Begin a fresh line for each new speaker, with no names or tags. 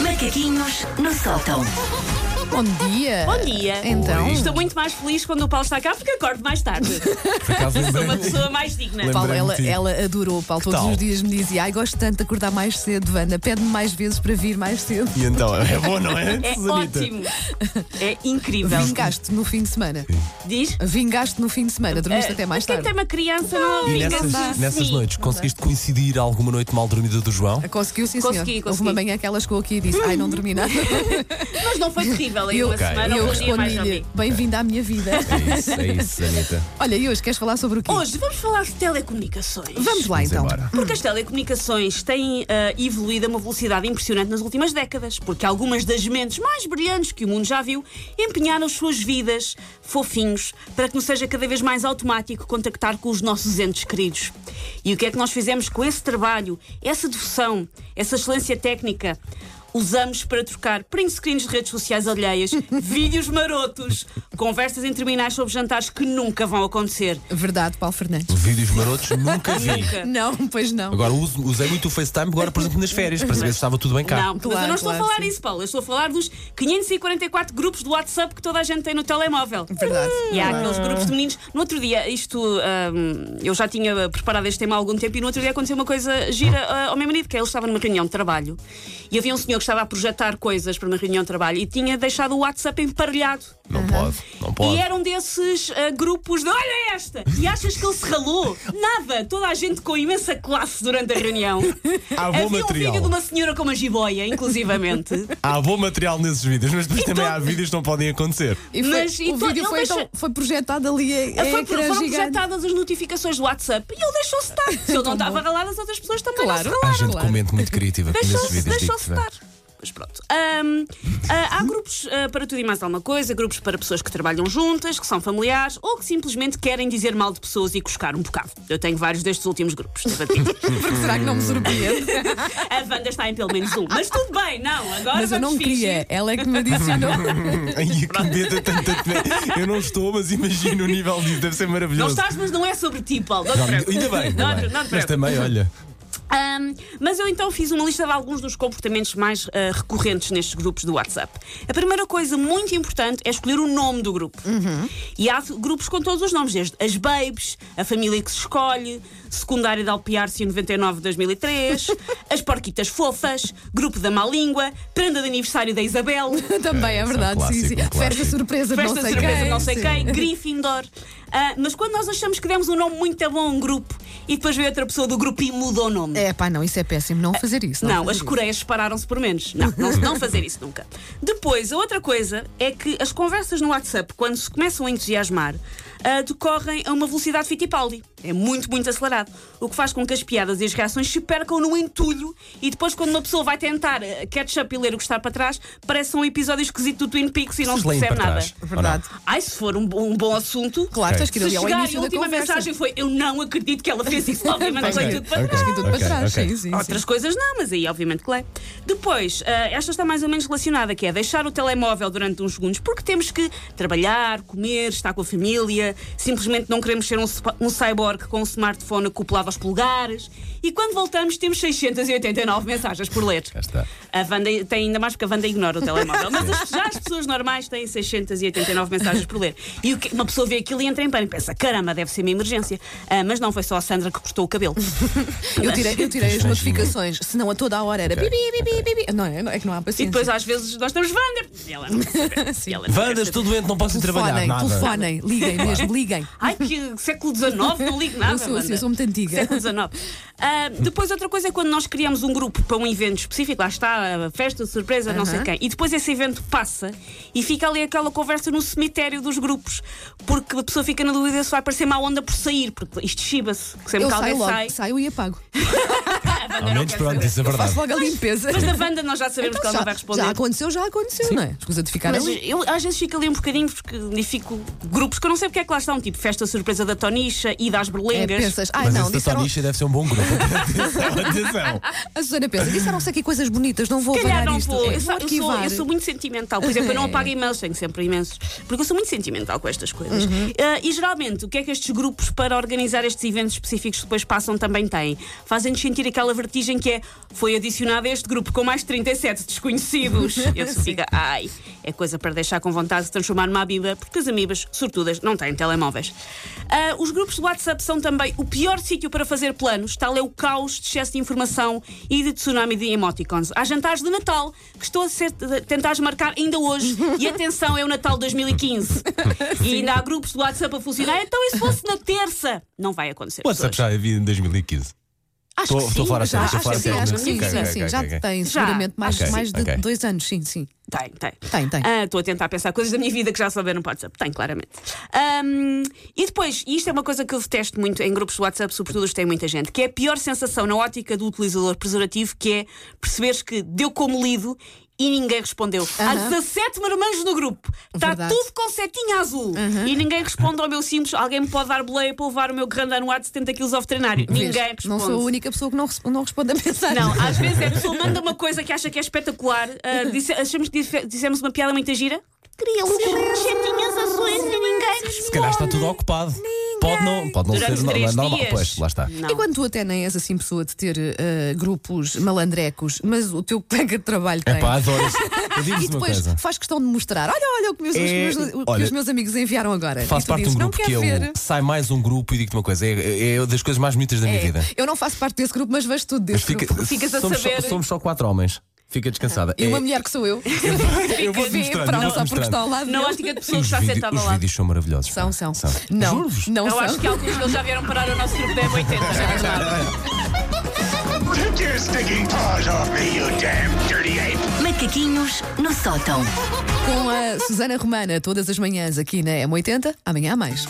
Macaquinhos no sótão.
Bom dia.
Bom dia.
Então,
Oi.
Estou muito mais feliz quando o Paulo está cá porque acordo mais tarde.
Por acaso
Sou uma
lembrei-me.
pessoa mais digna.
Lembra-
Paulo, ela,
Lembrei-me de ti.
ela adorou. Paulo todos
tal?
os dias me dizia: Ai, gosto tanto de acordar mais cedo, Wanda. Pede-me mais vezes para vir mais cedo.
E então, é bom, não é?
É
Susanita?
ótimo. É incrível.
Vingaste no fim de semana.
Diz?
Vingaste no fim de semana. Dormiste até mais
Mas quem
tarde.
tem uma criança não assim.
E
vinga
nessas, nessas noites, conseguiste coincidir alguma noite mal dormida do João?
Ah, Conseguiu, sim, senhor.
Consegui,
Houve
consegui. Uhum.
uma manhã que ela chegou aqui e disse: Ai, não dormi nada.
Mas não foi terrível em
Eu-
uma semana
eu
ou um dia mais ou
respondi-lhe:
menos.
Bem-vinda à minha vida.
É isso, é isso, Anitta.
Olha, e hoje queres falar sobre o quê?
Hoje vamos falar de telecomunicações.
Vamos lá então.
embora.
Porque as telecomunicações têm ah, evoluído a uma velocidade impressionante nas últimas décadas, porque algumas das mentes mais brilhantes que o mundo já viu empenharam as suas vidas, fofinhos, para que nos seja cada vez mais automático contactar com os nossos entes queridos. E o que é que nós fizemos com esse trabalho, essa devoção, essa excelência técnica? Usamos para trocar print screens de redes sociais alheias, vídeos marotos, conversas intermináveis sobre jantares que nunca vão acontecer.
Verdade, Paulo Fernandes.
Vídeos marotos nunca vi.
Então. Nunca.
Não, pois não.
Agora uso- usei muito o FaceTime, agora, por exemplo, nas férias, para saber se estava tudo bem cá.
Não, mas eu
Claro,
não estou
claro,
a falar
sim.
isso, Paulo. Eu estou a falar dos 544 grupos do WhatsApp que toda a gente tem no telemóvel.
Verdade.
E há aqueles
Ah.
grupos de meninos. No outro dia, isto hum, eu já tinha preparado este tema há algum tempo, e no outro dia aconteceu uma coisa gira ah, ao meu marido, que ele estava numa reunião de trabalho e havia um senhor que estava a projetar coisas para uma reunião de trabalho e tinha deixado o WhatsApp emparelhado.
Não pode, não pode.
E era um desses ah, grupos de olha esta! E achas que ele se ralou? Nada! Toda a gente com imensa classe durante a reunião.
Há bom
Havia um
material.
vídeo de uma senhora com uma jiboia, inclusivamente.
Há bom material nesses vídeos, mas depois também há vídeos que não podem acontecer.
E foi,
Mas, e
o
to-
vídeo
ele
foi,
deixa-
então- foi projetado ali em em
Foi-
ecrã
foram
gigante.
projetadas as notificações do WhatsApp e ele deixou-se estar. Se eu não estava ralado, as outras pessoas também
Tá
não
Claro.
se
Há
ralaram.
gente com mente muito criativa com nesses
Deixou-se
vídeos.
deixou
digo-te, não é?
estar. Mas pronto. Ahm, ah, há grupos ah, para tudo e mais alguma coisa, grupos para pessoas que trabalham juntas, que são familiares ou que simplesmente querem dizer mal de pessoas e cuscar um bocado. Eu tenho vários destes últimos grupos. devo admitir.
Porque será que não me surpreende?
A Wanda está em pelo menos um. Mas tudo bem, não. Agora
Mas eu
vamos
não queria.
fingir.
Ela é que me adicionou.
Ai, que medo, eu tenho tanto medo. Eu não estou, mas imagino o nível disso, deve ser
Não
maravilhoso.
estás, mas não é sobre ti, Paulo. Não te
Não,
preocupes.
ainda bem, ainda
Não te-
bem.
não te
mas
preocupes.
também, olha,
Ahm, mas eu então fiz uma lista de alguns dos comportamentos mais ah, recorrentes nestes grupos do WhatsApp. A primeira coisa muito importante é escolher o nome do grupo. E há grupos com todos os nomes, desde as babes, a família que se escolhe, secundária de Alpiar-se em 99-2003, as porquitas fofas, grupo da má língua, prenda de aniversário da Isabel.
Também é
É,
verdade,
isso é um
sim, sim.
clássico, um
Festa
clássico.
surpresa, de
Festa
não sei
de surpresa,
quem.
não sei
sim.
quem, Gryffindor. Ah, mas quando nós achamos que demos um nome muito bom a um grupo e depois veio outra pessoa do grupo e mudou o nome.
É pá, não, isso é péssimo. Não fazer isso.
Não,
fazer
as
isso.
Coreias separaram-se por menos. Não, não, não fazer isso nunca. Depois, a outra coisa é que as conversas no WhatsApp, quando se começam a entusiasmar, ah, decorrem a uma velocidade Fittipaldi. É muito, muito acelerado. O que faz com que as piadas e as reações se percam no entulho e depois, quando uma pessoa vai tentar ah, catch-up e ler o que está para trás, parece um episódio esquisito do Twin Peaks e não se
vocês leem
percebe
para
nada.
trás. ou não?
Verdade.
Ai, se for um, bo- um bom assunto.
Claro,
Ok.
tens que ir
Se
ali ao
chegar e
início
a
da
última
conversa.
mensagem foi: Eu não acredito que ela fez isso, obviamente foi
Ok,
tudo para
ok.
trás.
Tens que ir tudo para
Ok,
trás.
ok.
Sim, sim, sim.
Outras coisas não, mas aí obviamente que lê. Depois, ah, esta está mais ou menos relacionada, que é deixar o telemóvel durante uns segundos, porque temos que trabalhar, comer, estar com a família, simplesmente não queremos ser um, spa- um cyborg com um smartphone acoplado aos polegares. E quando voltamos, temos 689 mensagens por ler.
Cá está.
A Wanda tem ainda mais porque a Wanda ignora o telemóvel. Mas as, já as pessoas normais têm 689 mensagens por ler. E o que- uma pessoa vê aquilo e entra em pânico. Pensa, caramba, deve ser uma emergência. Ah, mas não foi só a Sandra que cortou o cabelo.
Eu tirei, eu tirei as
Tens
notificações, senão a toda a hora era
Ok,
bibi, bibi, bibi. Não, é, não- é que não há paciência.
E depois às vezes nós estamos Wander. E ela não percebe.
Sim.
E ela não
Vandas,
percebe.
estou doente, não posso ir trabalhar.
Telefonem,
Nada.
telefonem, liguem mesmo, liguem.
Ai, que século XIX, não ligo nada.
Eu sou assim,
Wanda.
eu sou muito antiga.
Século XIX. Ah, depois, outra coisa é quando nós criamos um grupo para um evento específico, lá está, a festa, surpresa, não sei
Aham.
quem, e depois esse evento passa e fica ali aquela conversa no cemitério dos grupos, porque a pessoa fica na dúvida se vai parecer má onda por sair, porque isto chiba-se, que sempre
Eu
que alguém
saio logo,
sai.
saio e apago.
a Wanda
Ao
não
menos
quer
pronto,
saber.
isso é verdade.
Faço logo a limpeza.
Mas da Wanda nós já sabemos
Então,
que ela
já,
não vai responder.
já aconteceu, já aconteceu, não é? Escusa de ficar
Mas
ali.
eu às vezes fico ali um bocadinho porque identifico grupos que eu não sei porque é que lá estão, tipo festa surpresa da Tonicha e das
É,
Berlengas.
pensas, ai
Mas
não,
esse da
disseram,
Tonicha deve ser um bom grupo. atenção, atenção.
a Susana pensa, disseram-se aqui coisas bonitas, não vou
Se calhar
apagar
não
isto.
vou.
É,
Eu, sou, eu sou- eu
arquivar.
sou muito sentimental. Por exemplo, eu não
É.
apago e-mails, tenho sempre imensos. Porque eu sou muito sentimental com estas coisas.
Uhum.
Ah, e geralmente, o que é que estes grupos para organizar estes eventos específicos que depois passam também têm? Fazem-nos sentir aquela vertigem que é foi adicionado a este grupo com mais 37 desconhecidos. Eu se fica, ai, é coisa para deixar com vontade de transformar numa abiba, porque as amibas, sortudas, não têm telemóveis. Ah, os grupos de WhatsApp são também o pior sítio para fazer planos, tal é o caos de excesso de informação e de tsunami de emoticons. Há jantares de Natal que estou a ser, a tentar marcar ainda hoje, e atenção, é o Natal 2015. e ainda há grupos de WhatsApp a funcionar, então e se fosse na terça? Não vai acontecer.
WhatsApp já havia em 2015.
Acho
Estou-
que
estou
sim.
a falar a
Já,
sério,
já,
estou
acho
a falar
que sim,
a sério. é?
acho que sim,
Ok,
sim,
ok,
sim.
ok,
já
ok.
tem
Já.
seguramente mais,
Ok,
mais de
ok.
dois anos, sim, sim.
Tem, tem.
Tem, tem.
Ah, Estou a tentar pensar coisas da minha vida que já souberam no WhatsApp. Tem, claramente. Ahm, e depois, e isto é uma coisa que eu detesto muito em grupos de WhatsApp, sobretudo os que têm muita gente, que é a pior sensação na ótica do utilizador preservativo, que é perceberes que deu como lido e ninguém respondeu. Há
Aham.
17 marmanjos no grupo. Está
Verdade.
tudo com setinha azul. E ninguém responde ao meu simples. Alguém me pode dar boleia para levar o meu grande anuado de 70 kg ao veterinário.
Vês,
Ninguém responde.
Não sou a única pessoa que não, res- não responde a mensagem.
Não, às vezes é a pessoa manda uma coisa que acha que é espetacular. ah, disse- achamos que dife- dissemos uma piada muito gira. Criamos setinhas azuis e ninguém responde.
Se calhar está tudo ocupado. Pode não, pode não
Durante
ser no-
três
normal.
dias.
Pois, lá está.
Não.
E quando tu até nem és assim pessoa de ter eh, grupos malandrecos, mas o teu colega de trabalho tem.
É pá, adoro isso. Eu
e
digo-vos uma
depois
coisa.
faz questão de mostrar: olha, olha o que, meus, os
É,
meus- o que
olha,
os meus amigos enviaram agora.
Faço
e tu
parte de
dizes,
um
não
grupo
quer
que
ver.
eu. Sai mais um grupo e digo-te uma coisa. É, é das coisas mais bonitas da minha
É,
vida.
Eu não faço parte desse grupo, mas vejo tudo
Mas
desse
fica-
grupo.
Ficas a
somos,
saber.
Só, somos só quatro homens. Fica descansada.
E uma
É-
mulher que sou eu.
Eu vou-te
que vê
mostrando, eu
para
vou-te
só porque
mostrando.
está ao lado.
Na
dele.
ótica de pessoa que
Os,
está
vídeo-
sentada
os
lá.
vídeos são maravilhosos.
São,
pá.
é são. Não,
Juro-vos.
não
Eu
são.
acho que alguns deles já vieram parar ao nosso grupo da M80. já é verdade.
Take your stinking paws off me, you damn dirty ape!
Macaquinhos no sótão.
Com a Susana Romana, todas as manhãs aqui na M80. Amanhã há mais.